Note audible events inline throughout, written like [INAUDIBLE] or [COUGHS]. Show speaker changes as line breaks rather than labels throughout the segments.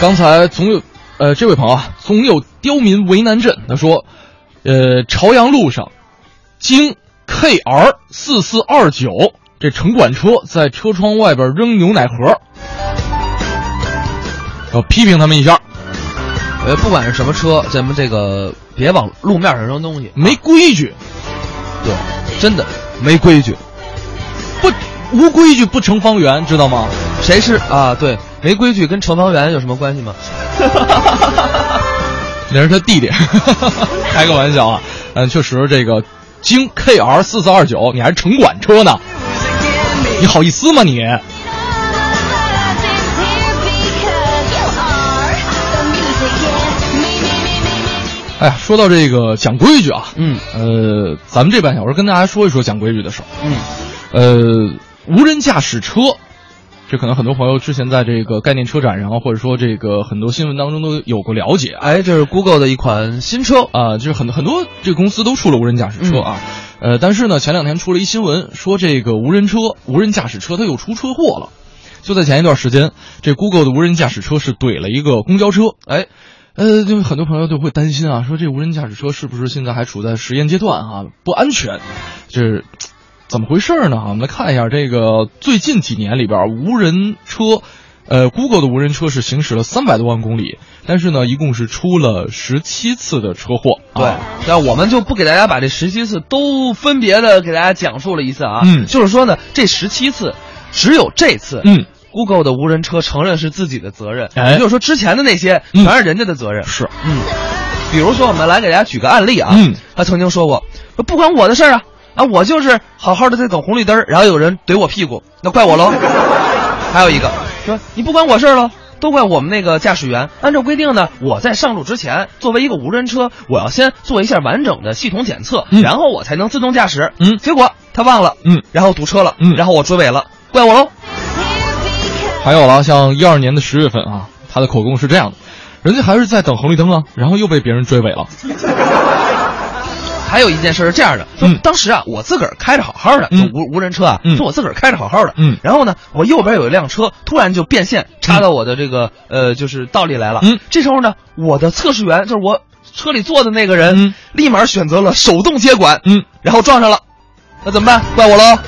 刚才总有，呃，这位朋友啊，总有刁民为难朕。他说，呃，朝阳路上，经 KR 四四二九这城管车在车窗外边扔牛奶盒，要批评他们一下，
呃，不管是什么车，咱们这个别往路面上扔东西，
没规矩，
对，真的
没规矩，不无规矩不成方圆，知道吗？
谁是啊？对，没规矩跟程方圆有什么关系吗？
那是他弟弟， [LAUGHS] 开个玩笑啊。嗯，确实这个京 KR 四四二九，你还是城管车呢，你好意思吗你？哎呀，说到这个讲规矩啊，
嗯
呃，咱们这半小时跟大家说一说讲规矩的事儿。
嗯，
呃，无人驾驶车，这可能很多朋友之前在这个概念车展上，或者说这个很多新闻当中都有过了解啊。
哎，这是 Google 的一款新车，
啊、就是很很多这个公司都出了无人驾驶车啊，
嗯
呃，但是呢，前两天出了一新闻，说这个无人车、无人驾驶车它又出车祸了。就在前一段时间，这 Google 的无人驾驶车是怼了一个公交车，哎，呃，就很多朋友都会担心啊，说这无人驾驶车是不是现在还处在实验阶段啊，不安全，这是怎么回事呢？我们来看一下这个最近几年里边无人车。呃，Google 的无人车是行驶了三百多万公里，但是呢，一共是出了十七次的车祸。
对
啊，
但我们就不给大家把这十七次都分别的给大家讲述了一次啊。
嗯
就是说呢，这十七次，只有这次，
嗯
，Google 的无人车承认是自己的责任，
哎
也就是说之前的那些
嗯
全是人家的责任。
是，
嗯，比如说我们来给大家举个案例啊，
嗯，
他曾经说过，说不关我的事儿啊，啊，我就是好好的在等红绿灯儿，然后有人怼我屁股，那怪
[LAUGHS]
我喽。还有一个说你不关我事儿喽。都怪我们那个驾驶员。按照规定呢，我在上路之前，作为一个无人车，我要先做一下完整的系统检测，
嗯
然后我才能自动驾驶。
嗯
结果他忘了，
嗯，
然后堵车了，
嗯
然后我追尾了，怪我喽。
还有了，像一二年的十月份啊，他的口供是这样的，人家还是在等红绿灯啊，然后又被别人追尾了。
还有一件事是这样的，就
嗯
当时啊，我自个儿开着好好的，就
嗯
无无人车啊，
嗯
是我自个儿开着好好的，
嗯
然后呢，我右边有一辆车突然就变线，插到我的这个呃，就是道里来了，
嗯，
这时候呢，我的测试员就是我车里坐的那个人，
嗯
立马选择了手动接管，
嗯，
然后撞上了，那怎么办？怪我喽。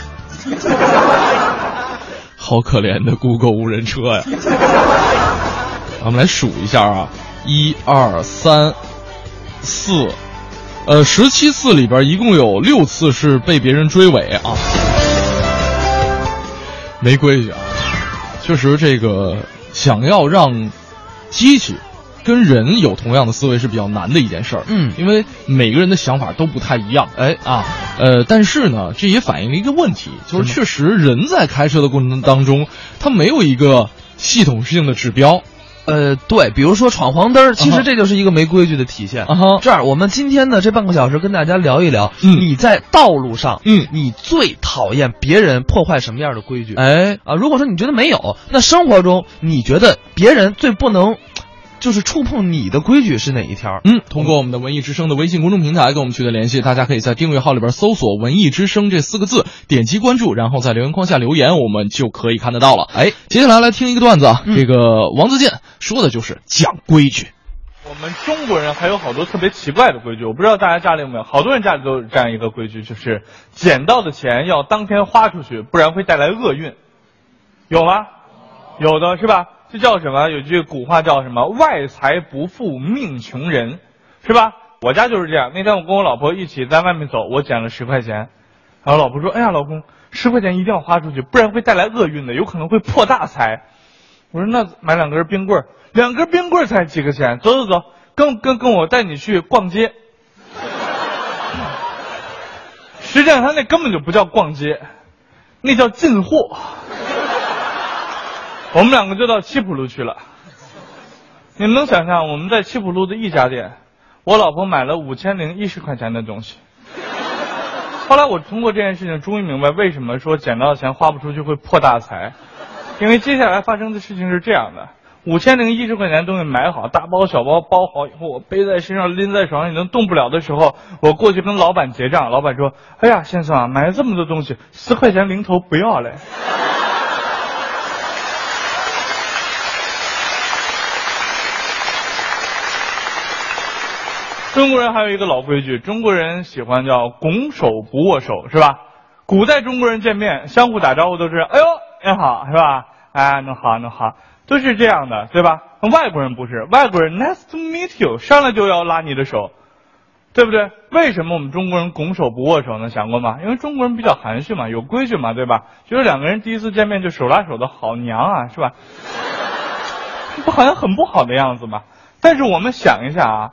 好可怜的 Google 无人车
[LAUGHS]
呀！我们来数一下啊，一二三四，呃，十七次里边一共有六次是被别人追尾啊，没规矩啊。确实，这个想要让机器跟人有同样的思维是比较难的一件事儿，
嗯
因为每个人的想法都不太一样，
哎
啊，呃，但是呢，这也反映了一个问题，就是确实人在开车的过程当中，他没有一个系统性的指标
呃，对，比如说闯黄灯儿，其
啊
实
哈
这就是一个没规矩的体现。
啊哈
这样，我们今天呢这半个小时跟大家聊一聊，
嗯
你在道路上，
嗯
你最讨厌别人破坏什么样的规矩？
哎，
啊，如果说你觉得没有，那生活中你觉得别人最不能，就是触碰你的规矩是哪一条？
嗯，通过我们的文艺之声的微信公众平台跟我们取得联系，大家可以在订阅号里边搜索“文艺之声”这四个字，点击关注，然后在留言框下留言，我们就可以看得到了。哎，接下来来听一个段子啊，
嗯
这个王自健说的就是讲规矩。
我们中国人还有好多特别奇怪的规矩，我不知道大家家里有没有，好多人家里都有这样一个规矩，就是捡到的钱要当天花出去，不然会带来厄运，有吗？有的是吧？这叫什么？有句古话叫什么？外财不富命穷人，是吧？我家就是这样。那天我跟我老婆一起在外面走，我捡了十块钱，然后老婆说：“哎呀，老公，十块钱一定要花出去，不然会带来厄运的，有可能会破大财。”我说那买两根冰棍儿，两根冰棍儿才几个钱？走走走，跟跟跟我带你去逛街。实际上他那根本就不叫逛街，那叫进货。我们两个就到七浦路去了。你们能想象我们在七浦路的一家店，我老婆买了五千零一十块钱的东西。后来我通过这件事情终于明白为什么说捡到的钱花不出去会破大财。因为接下来发生的事情是这样的：五千零一十块钱的东西买好，大包小包包好以后，我背在身上，拎在手上，已经动不了的时候，我过去跟老板结账。老板说：“哎呀，先生啊，买了这么多东西，十块钱零头不要嘞。”中国人还有一个老规矩，中国人喜欢叫拱手不握手，是吧？古代中国人见面相互打招呼都是哎呦你好，是吧？哎，你好你好，都是这样的，对吧？外国人不是，外国人 nice to meet you，上来就要拉你的手，对不对？为什么我们中国人拱手不握手呢？想过吗？因为中国人比较含蓄嘛，有规矩嘛，对吧？觉得两个人第一次见面就手拉手的好娘啊，是吧？这不好像很不好的样子嘛？但是我们想一下啊，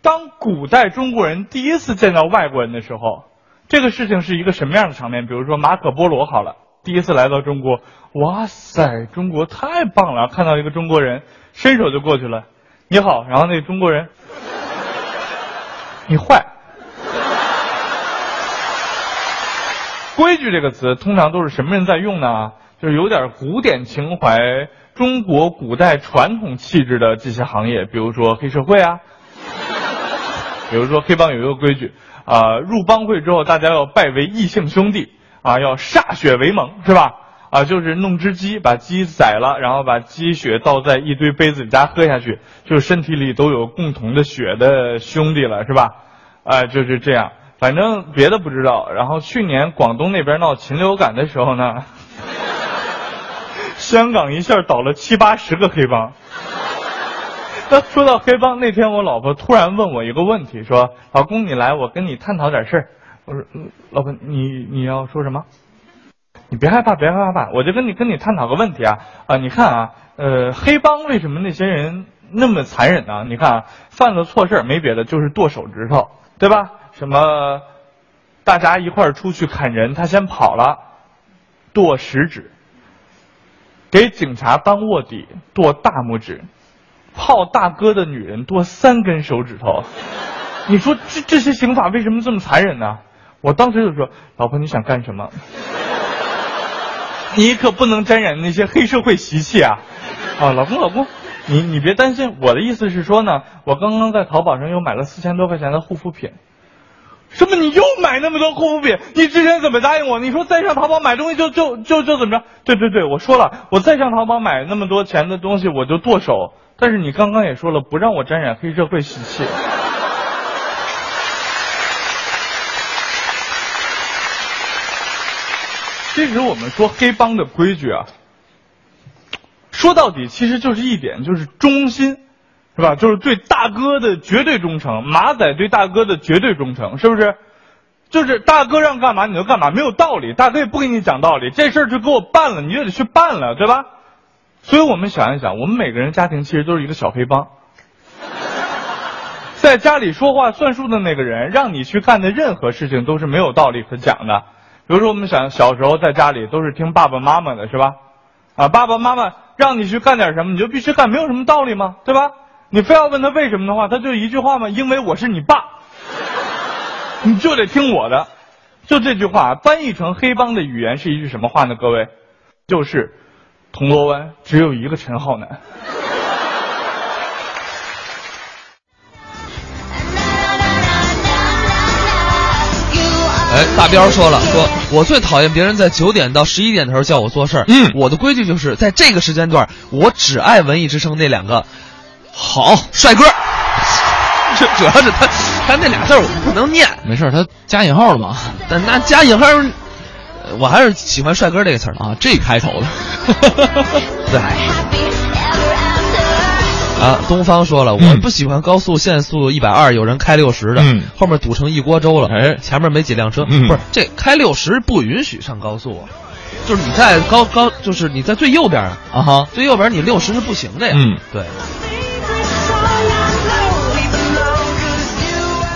当古代中国人第一次见到外国人的时候，这个事情是一个什么样的场面？比如说马可波罗好了，第一次来到中国，哇塞，中国太棒了！看到一个中国人，伸手就过去了，你好，然后那个中国人，你坏。规矩这个词通常都是什么人在用呢？就是有点古典情怀、中国古代传统气质的这些行业，比如说黑社会啊，比如说黑帮有一个规矩啊、入帮会之后大家要拜为异姓兄弟啊、要歃血为盟，是吧？啊，就是弄只鸡，把鸡宰了，然后把鸡血倒在一堆杯子里，大家喝下去，就是身体里都有共同的血的兄弟了，是吧？啊、就是这样。反正别的不知道。然后去年广东那边闹禽流感的时候呢， [LAUGHS] 香港一下倒了七八十个黑帮。那 [LAUGHS] 说到黑帮，那天我老婆突然问我一个问题，说：“老公，你来，我跟你探讨点事儿。”我说嗯：“老婆，你你要说什么？”你别害怕，别害怕，我就跟你跟你探讨个问题啊啊！你看啊，呃，黑帮为什么那些人那么残忍呢、你看啊，犯了错事儿没别的，就是剁手指头，对吧？什么，大家一块儿出去砍人，他先跑了，剁食指；给警察当卧底，剁大拇指；泡大哥的女人，剁三根手指头。你说这这些刑法为什么这么残忍呢？我当时就说，老婆你想干什么？你可不能沾染那些黑社会习气啊！啊，老公，老公，你你别担心，我的意思是说呢，我刚刚在淘宝上又买了四千多块钱的护肤品。什么？你又买那么多护肤品？你之前怎么答应我？你说再上淘宝买东西就就就就怎么着？对对对，我说了，我再上淘宝买那么多钱的东西我就剁手。但是你刚刚也说了，不让我沾染黑社会习气。 [LAUGHS] 其实我们说黑帮的规矩啊，说到底其实就是一点，就是忠心，是吧？就是对大哥的绝对忠诚，马仔对大哥的绝对忠诚，是不是？就是大哥让干嘛你就干嘛，没有道理，大哥也不给你讲道理，这事儿就给我办了，你就得去办了，对吧？所以我们想一想，我们每个人家庭其实都是一个小黑帮，在家里说话算数的那个人，让你去干的任何事情都是没有道理可讲的。比如说，我们想小时候在家里都是听爸爸妈妈的，是吧？啊，爸爸妈妈让你去干点什么，你就必须干，没有什么道理吗？对吧？你非要问他为什么的话，他就一句话嘛，因为我是你爸， [LAUGHS] 你就得听我的。就这句话翻译成黑帮的语言是一句什么话呢？各位，就是铜锣湾只有一个陈浩南。
哎，大彪说了，说我最讨厌别人在九点到十一点的时候叫我做事儿。
嗯
我的规矩就是在这个时间段，我只爱文艺之声那两个好帅哥。这 [LAUGHS] 主要是他，他那俩字儿我不能念，
没事儿，他加引号了嘛？
但那加引号儿，呃我还是喜欢帅哥这个词儿。
啊这开 [LAUGHS] 头的，
对。啊，东方说了，我
嗯
不喜欢高速限速一百二，有人开六十的，
嗯
后面堵成一锅粥了，
哎
前面没几辆车，
嗯
不是这开六十不允许上高速啊，就是你在高高，就是你在最右边啊，
啊哈，
最右边你六十是不行的呀，
嗯，
对，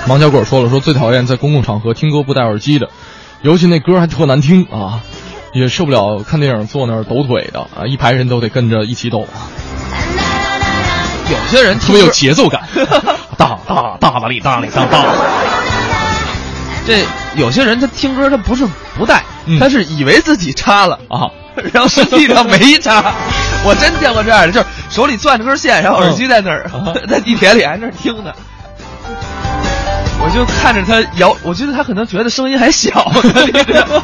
王小果说了，说最讨厌在公共场合听歌不戴耳机的，尤其那歌还特难听啊，也受不了看电影坐那儿抖腿的啊，一排人都得跟着一起抖，
有些人
特
听
别有
歌
节奏
[LAUGHS]
感。大大大吧里大里当当，
这有些人他听歌他不是不带，
嗯
他是以为自己插了
啊，
然后实际上没插。
[LAUGHS]
我真见过这样的，就是手里攥着根线，然后耳机在那儿，
嗯啊
[LAUGHS] 在地铁里还在那儿听呢。我就看着他摇，我觉得他可能觉得声音还小呢。你知道吗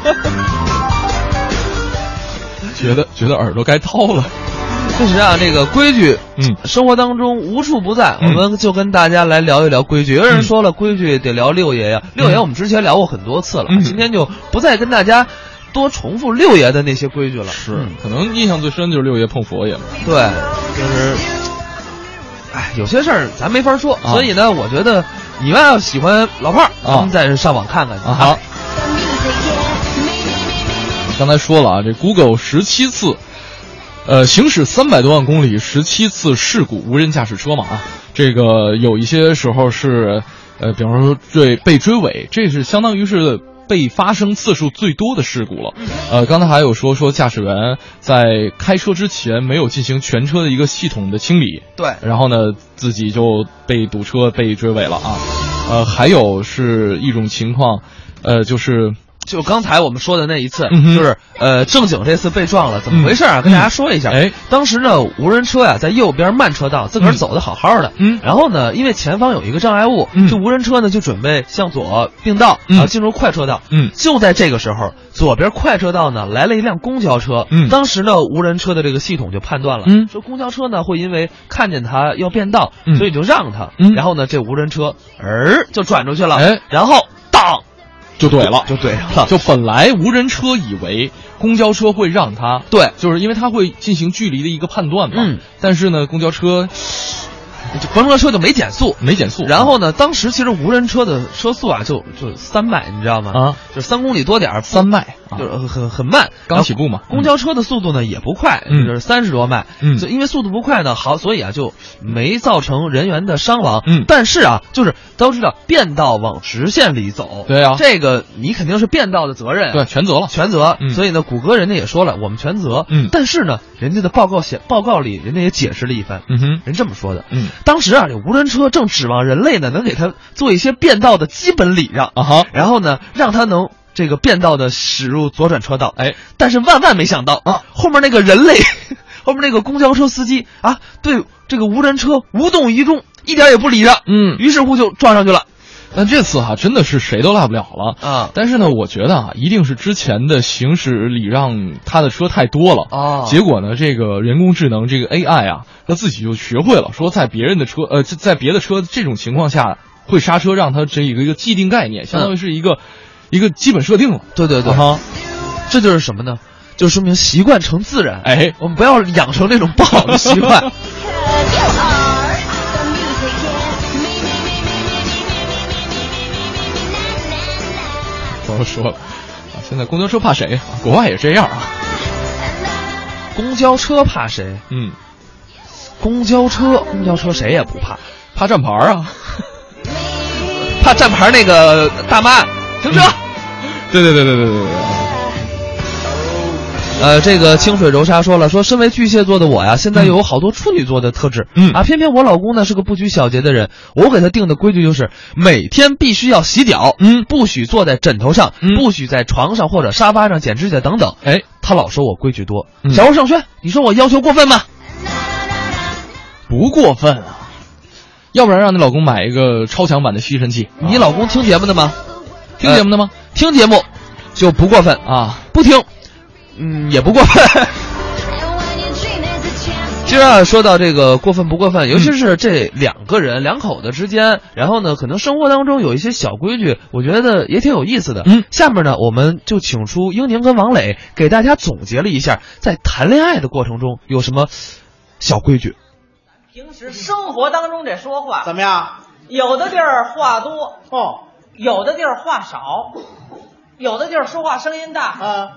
觉得觉得耳朵该掏了。
确实啊，这个规矩，
嗯，
生活当中无处不在。我
嗯
们就跟大家来聊一聊规矩。有人说了，规矩得聊六爷呀，六爷我们之前聊过很多次了，
嗯
今天就不再跟大家多重复六爷的那些规矩了。
是
嗯，
可能印象最深就是六爷碰佛爷嘛。
对，就是，哎，有些事儿咱没法说，
啊
所以呢，我觉得你们要喜欢老炮儿，咱们再上网看看去。
啊，好，刚才说了啊，这 Google 十七次，呃，行驶三百多万公里，十七次事故无人驾驶车嘛啊，这个有一些时候是，呃，比方说追被追尾，这是相当于是。被发生次数最多的事故了，呃，刚才还有说说驾驶员在开车之前没有进行全车的一个系统的清理，
对，
然后呢，自己就被堵车、被追尾了啊。呃，还有是一种情况，呃，就是
就刚才我们说的那一次，
嗯哼
就是呃，正经这次被撞了，怎么回事啊？
嗯
跟大家说一下。
哎，
当时呢，无人车呀、在右边慢车道，自个儿走的好好的。
嗯
然后呢，因为前方有一个障碍物，
嗯
这无人车呢就准备向左并道，
嗯
然后进入快车道。
嗯
就在这个时候，左边快车道呢来了一辆公交车。
嗯
当时呢，无人车的这个系统就判断了，
嗯
说公交车呢会因为看见它要变道，
嗯
所以就让它。
嗯
然后呢，这无人车儿就转出去了。
哎
然后当
就怼了，
就怼上
[LAUGHS]
了。
就本来无人车以为公交车会让他，
对，
就是因为他会进行距离的一个判断嘛。
嗯。
但是呢，公交车
这公交车就没减速。
没减速，啊
然后呢，当时其实无人车的车速啊，就就三迈，你知道吗？
啊，
就是三公里多点儿，
三迈啊
就是很很很慢，
刚起步嘛
然后公交车的速度呢也不快，
嗯
就是三十多迈。
嗯
所以因为速度不快呢，好，所以啊就没造成人员的伤亡。
嗯
但是啊，就是都知道变道往直线里走，
对啊
这个你肯定是变道的责任啊。
对全责了。
全责。
嗯
所以呢，谷歌人家也说了，我们全责。
嗯
但是呢，人家的报告写报告里，人家也解释了一番。
嗯哼
人这么说的。
嗯，
当时啊，这无人车正指望人类呢能给他做一些变道的基本礼让，
啊哈，
然后呢让他能。这个变道的驶入左转车道，
哎，
但是万万没想到啊，后面那个人类，后面那个公交车司机啊，对这个无人车无动于衷，一点也不礼让，
嗯
于是乎就撞上去了
但这次哈、真的是谁都赖不了了。
啊
但是呢，我觉得啊，一定是之前的行驶礼让他的车太多了
哦
结果呢，这个人工智能这个 AI 啊，它自己就学会了，说在别人的车呃，在别的车这种情况下会刹车，让它这一个一个既定概念，相当于是一个、一个基本设定了。
对对对，
啊哈，
这就是什么呢？就说明习惯成自然。
哎
我们不要养成这种不好的习
[LAUGHS]
惯。
不用说了，啊，现在公交车怕谁啊？国外也这样啊。
公交车怕谁？
嗯，
公交车，公交车谁也不怕，
怕站牌儿啊。
[LAUGHS] 怕站牌那个大妈嗯停车。
对对对对对对对。
呃，这个清水柔沙说了，说身为巨蟹座的我呀，现在有好多处女座的特质，
嗯
啊，偏偏我老公呢是个不拘小节的人，我给他定的规矩就是每天必须要洗脚，嗯，不许坐在枕头上，
嗯
不许在床上或者沙发上剪指甲等等。
哎，
他老说我规矩多，
嗯
小欧上轩，你说我要求过分吗？
不过分啊，要不然让你老公买一个超强版的吸尘器。
你老公听节目的吗？
听节目的吗？
呃听节目就不过分啊，
啊，
不听，嗯，也不
[LAUGHS]
过分。其实啊，说到这个过分不过
嗯
分，尤其是这两个人、两口子之间，然后呢，可能生活当中有一些小规矩，我觉得也挺有意思的。
嗯
下面呢，我们就请出英宁跟王磊给大家总结了一下，在谈恋爱的过程中有什么小规矩。
平时生活当中这说话，
怎么样？
有的地儿话多，
哦，
有的地儿话少，有的地儿说话声音大，
啊，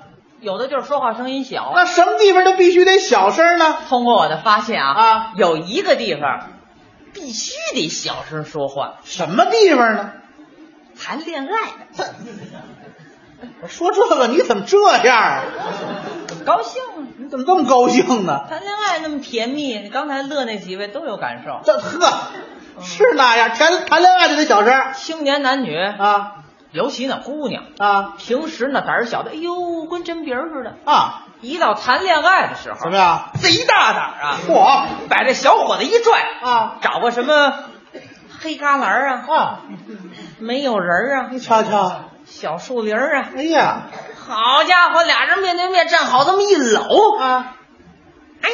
有的地儿说话声音小。
那什么地方都必须得小声呢？
通过我的发现啊，
啊
有一个地方必须得小声说话，
什么地方呢？
谈恋爱
我说这个你怎么这样啊？
高兴啊，
你怎么这么高兴呢？
谈恋爱那么甜蜜，你刚才乐那几位都有感受。
这呵，是那样，谈谈恋爱就得小声
青年男女，
啊
尤其那姑娘，
啊
平时那胆儿小的，哎呦，跟针鼻儿似的。
啊！
一到谈恋爱的时候，
怎么样？
贼大胆啊！
嚯
把这小伙子一拽
啊
找个什么黑旮旯啊，
啊！
没有人儿啊，
你瞧瞧，
小树林儿啊，
哎呀
好家伙，俩人面对面站好，这么一搂，
啊，哎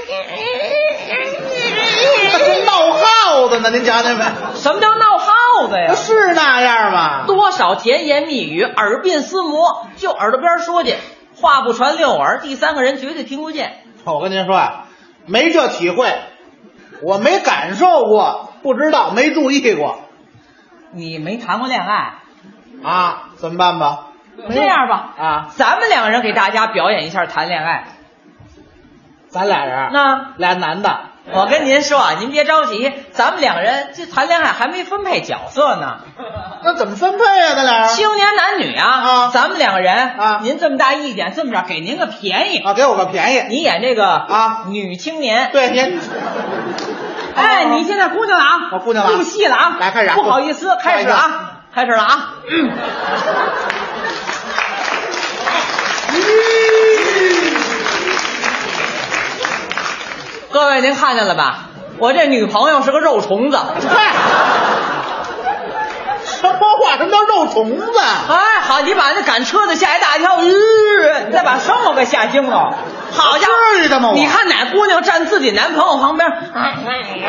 他跟闹耗子呢，您瞧见没？
什么叫闹耗子呀
不？是那样吗？
多少甜言蜜语，耳鬓厮磨，就耳朵边说去，话不传六耳，第三个人绝对听不见。
我跟您说啊，没这体会，我没感受过，不知道，没注意过
你没谈过恋爱？
啊，怎么办吧？
这样吧，
啊，
咱们两个人给大家表演一下谈恋爱。
咱俩人，
那
俩男的，
我跟您说啊，您别着急，咱们两个人这谈恋爱还没分配角色呢，
啊那怎么分配啊？咱俩人
青年男女啊，
啊
咱们两个人
啊
您这么大意见，这么着给您个便宜，
啊，给我个便宜。
你演这个
啊
女青年，
对您，
哎，
哦
你现在姑娘了啊，
我姑娘了啊
入戏了啊，
来开始啊
不好意思，开始了啊，开始了
[LAUGHS]
啊，各位您看见了吧？我这女朋友是个肉虫子，
嗨，什么话？什么叫肉虫子？啊
哎，好，你把那赶车的吓一大跳，呃，你再把生活给吓惊了。好家伙，
至于的吗我
你看哪姑娘站自己男朋友旁边？
行行行行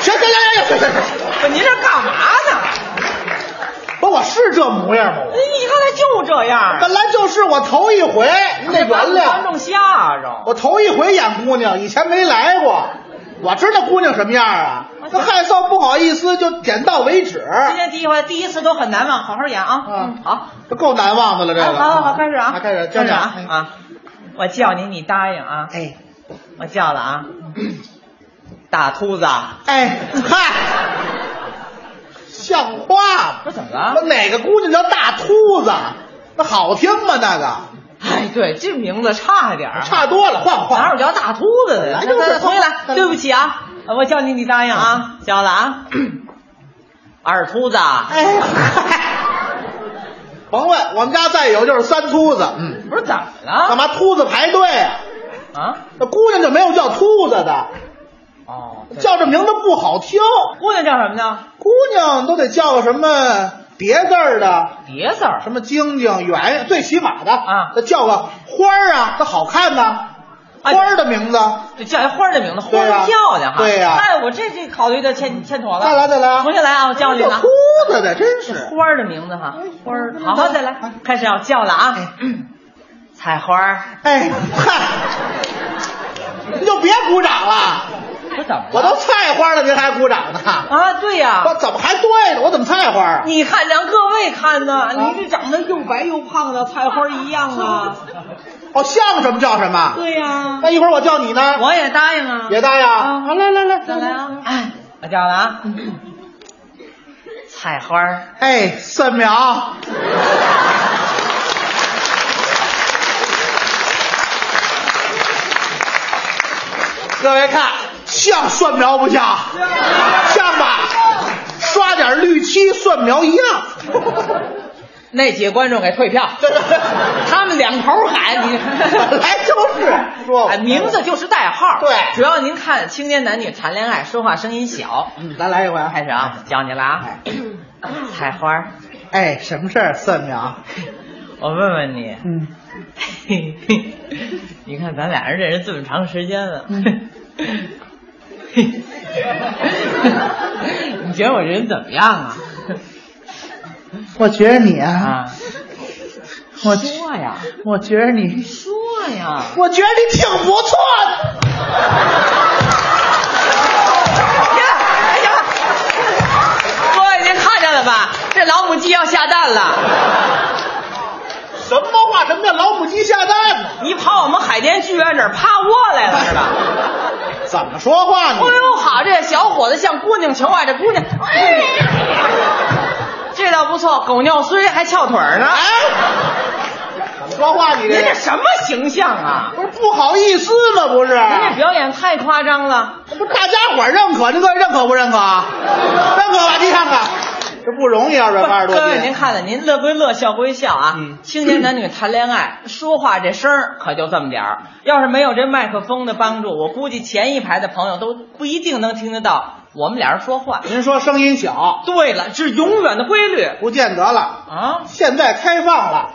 行行行，
不，您这干嘛呢？
不，我是这模样吗？我
你看他就这样，
本来就是我头一回，您得原
观
谅。
众吓着。
我头一回演姑娘，以前没来过，我知道姑娘什么样啊。那害臊不好意思，就点到为止，
今天第一回，第一次都很难忘，好好演啊。
嗯
好，
这够难忘的了。这
好
个，
好好，开始啊，
开
开
始，真
始
的
啊啊！我叫你，你答应啊。
哎
我叫了啊，大秃子，
哎，嗨，像话吗？
这怎么
那
了？
哪个姑娘叫大秃子？那好听吗？那个
哎，对，这名字差点儿，
差多了，换吧
哪有
换吧。
叫大秃子的？
本来就是
重新来，
嗯
对不起啊，我叫你，你答应啊，叫了
[COUGHS]
啊，二秃子，
哎，嗨，甭问，我们家再有就是三秃子。嗯，
不是怎么
干
了？
嘛秃子排队啊？
啊？
那姑娘就没有叫秃子的，
哦，对
叫这名字不好听。
姑娘叫什么呢？
姑娘都得叫个什么别字儿的，
别字儿
什么晶晶、圆圆，最起码的
啊
得叫个花儿啊，它好看呐、
哎
花儿的名字。
叫一花儿的名字，花
对
儿
呀
漂亮哈。
对呀
哎，我这这考虑的欠欠妥了。
再来，再来啊，
重新来啊！我叫你
这
呢
秃。子的真是。
花儿的名字哈，花儿，好好再来
哎，
开始要叫了啊！采花儿，
哎，嗨，您就别鼓掌了，
不是怎么了
我都菜花了，您还鼓掌呢？
啊？对呀，
我怎么还对呢？我怎么菜花啊？
你看，让各位看呢，你这长得又白又胖的，菜花一样
[LAUGHS]
啊。
哦，像什么叫什么？
对呀、
那一会儿我叫你呢，
我也答应啊。
也大爷
啊
啊，好来来来
再来啊！哎，我叫了啊。菜花儿，
哎，三秒，各位看，像蒜苗不像？像吧？刷点绿漆，蒜苗一样。
那几个观众给退票，他们两头喊
[LAUGHS]
你。
本来哎就是说我
哎，名字就是代号。
对
主要您看青年男女谈恋爱，说话声音小。
嗯，咱来一回啊，
开始啊，教你了啊。菜花儿，
哎，什么事儿？蒜苗？
我问问你，
嗯，
嘿嘿， [LAUGHS] 你看咱俩人认识这么长时间了，
嗯
嘿 [LAUGHS] 你觉得我人怎么样啊？
我觉得你啊，
啊，
我
说呀，
我觉得你，
说呀， [LAUGHS]
我觉得你挺不错的。
呀，哎呀，各位您看见了吧？这老母鸡要下蛋了，
什么话？什么叫老母鸡下蛋呢？
你跑我们海淀剧院这儿趴窝来了是吧？
怎么说话呢
哎？呦，好，这小伙子像姑娘求爱，这姑娘，哎这倒不错，狗尿虽还翘腿儿呢。
哎，怎么说话你
您这
这
什么形象啊？
不是不好意思吗？不是，
您这表演太夸张了。
不是大家伙儿认可，您各位认可不认可啊？认可吧，您看看，这不容易啊，这八十多嗯
各位，
斤。
您看看，您乐归乐，笑归笑啊。青年男女谈恋爱，说话这声儿可就这么点儿。要是没有这麦克风的帮助，我估计前一排的朋友都不一定能听得到我们俩人说话。
您说声音小，
对了，这是永远的规律
不见得了，
啊！
现在开放了，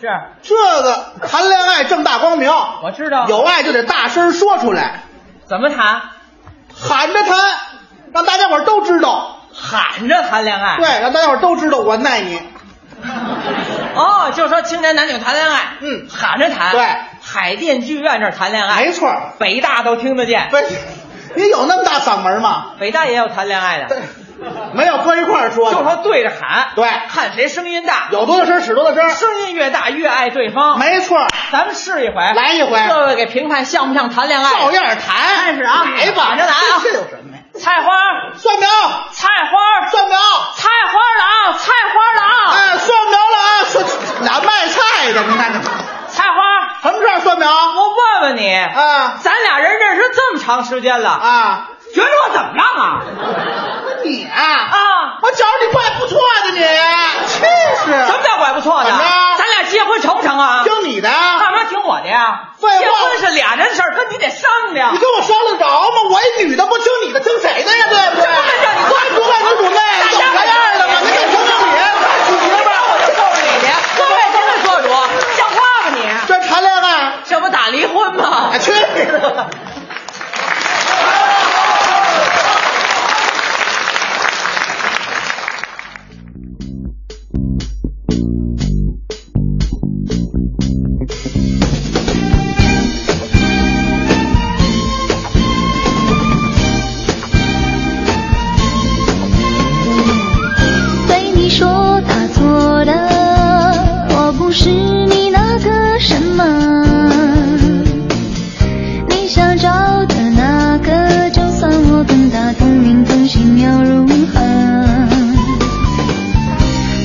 是，
这个谈恋爱正大光明，
我知道
有爱就得大声说出来，
怎么谈？
喊着谈，让大家伙儿都知道。
喊着谈恋爱。
对，让大家伙儿都知道我爱你。
哦，就说青年男女谈恋爱，
嗯
喊着谈。
对
海淀剧院这儿谈恋爱，
没错儿，
北大都听得见
不，是，你有那么大嗓门吗？
北大也有谈恋爱的，
没有搁一块儿说
哎就
的，
说对着喊，
对
看谁声音大，
有多大声使多大声。
声音越大越爱对方。
没错儿，
咱们试一回，
来一回哎
各位给评判像不像谈恋爱？
照样谈。
开始啊，
来吧，
喊着来啊！
这有什么呀？
菜花，
蒜苗，
菜花，
蒜苗，
菜花了啊，菜花了啊，
哎，蒜苗了啊！蒜哪卖菜的？你看看，
菜花，
什么事儿？蒜苗
我问问你，
啊
咱俩人认识这么长时间了，
啊！
觉着我怎么样啊？
你啊，
啊，
我觉着你怪不错的，你气死！
什么叫拐不错的？
怎么着
咱俩结婚成不成啊？
听你的啊？
干嘛听我的呀？
废话
结婚是俩人的事儿，跟你得商量
你。跟我商量着吗？我一女的不听你的，听谁的呀？对不对？
不是让你做
爱不爱不主内，有啥样的吗？你敢听听你，
你
你
让我
吧？
揍你去！各位真的做主，像话吗你？
这谈恋爱，
这不打离婚吗
哎，？去你的！
对你说他错了，我不是你那个什么，你想找的那个，就算我跟他同名同姓又如何？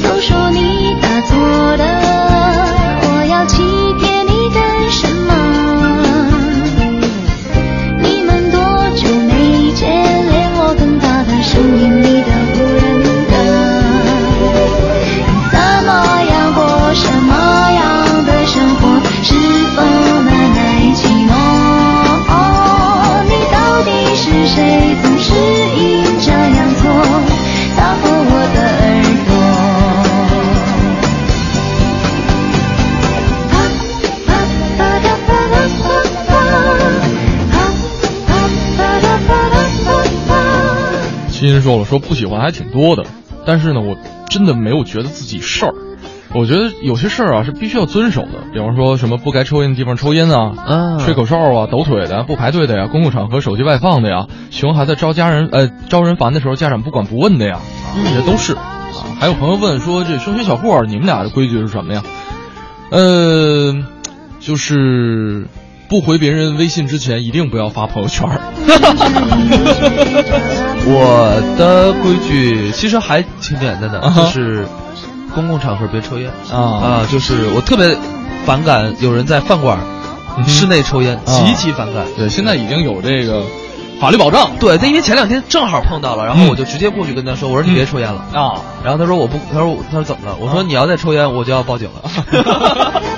都说你打错了，我要欺骗你干什么？你们多久没见？连我跟他的声音你都不认得。你怎么样过什么样的生活？是否能爱寂寞？你到底是谁？总是阴差阳错，擦破我的耳朵。
欣说了，说不喜欢还挺多的，但是呢，我真的没有觉得自己事儿。我觉得有些事儿啊是必须要遵守的，比方说什么不该抽烟的地方抽烟啊，
啊
吹口哨啊，抖腿的呀，不排队的呀，公共场合手机外放的呀，熊孩子招家人呃招人烦的时候家长不管不问的呀，这些都是。啊还有朋友问说，这升学小霍儿你们俩的规矩是什么呀？呃，就是不回别人微信之前一定不要发朋友圈 [LAUGHS] 儿。
我的规矩其实还挺简单的，
啊哈
就是公共场合别抽烟
啊
就是我特别反感有人在饭馆、
嗯哼
室内抽烟，
啊
极其反感。
对，现在已经有这个法律保障
对，但因为前两天正好碰到了，然后
嗯
我就直接过去跟他说：“我说你别抽烟了。
啊。
然后他说：“我不。”他说：“他说怎么了？”我说：“你要再抽烟，我就要报警了。” [LAUGHS]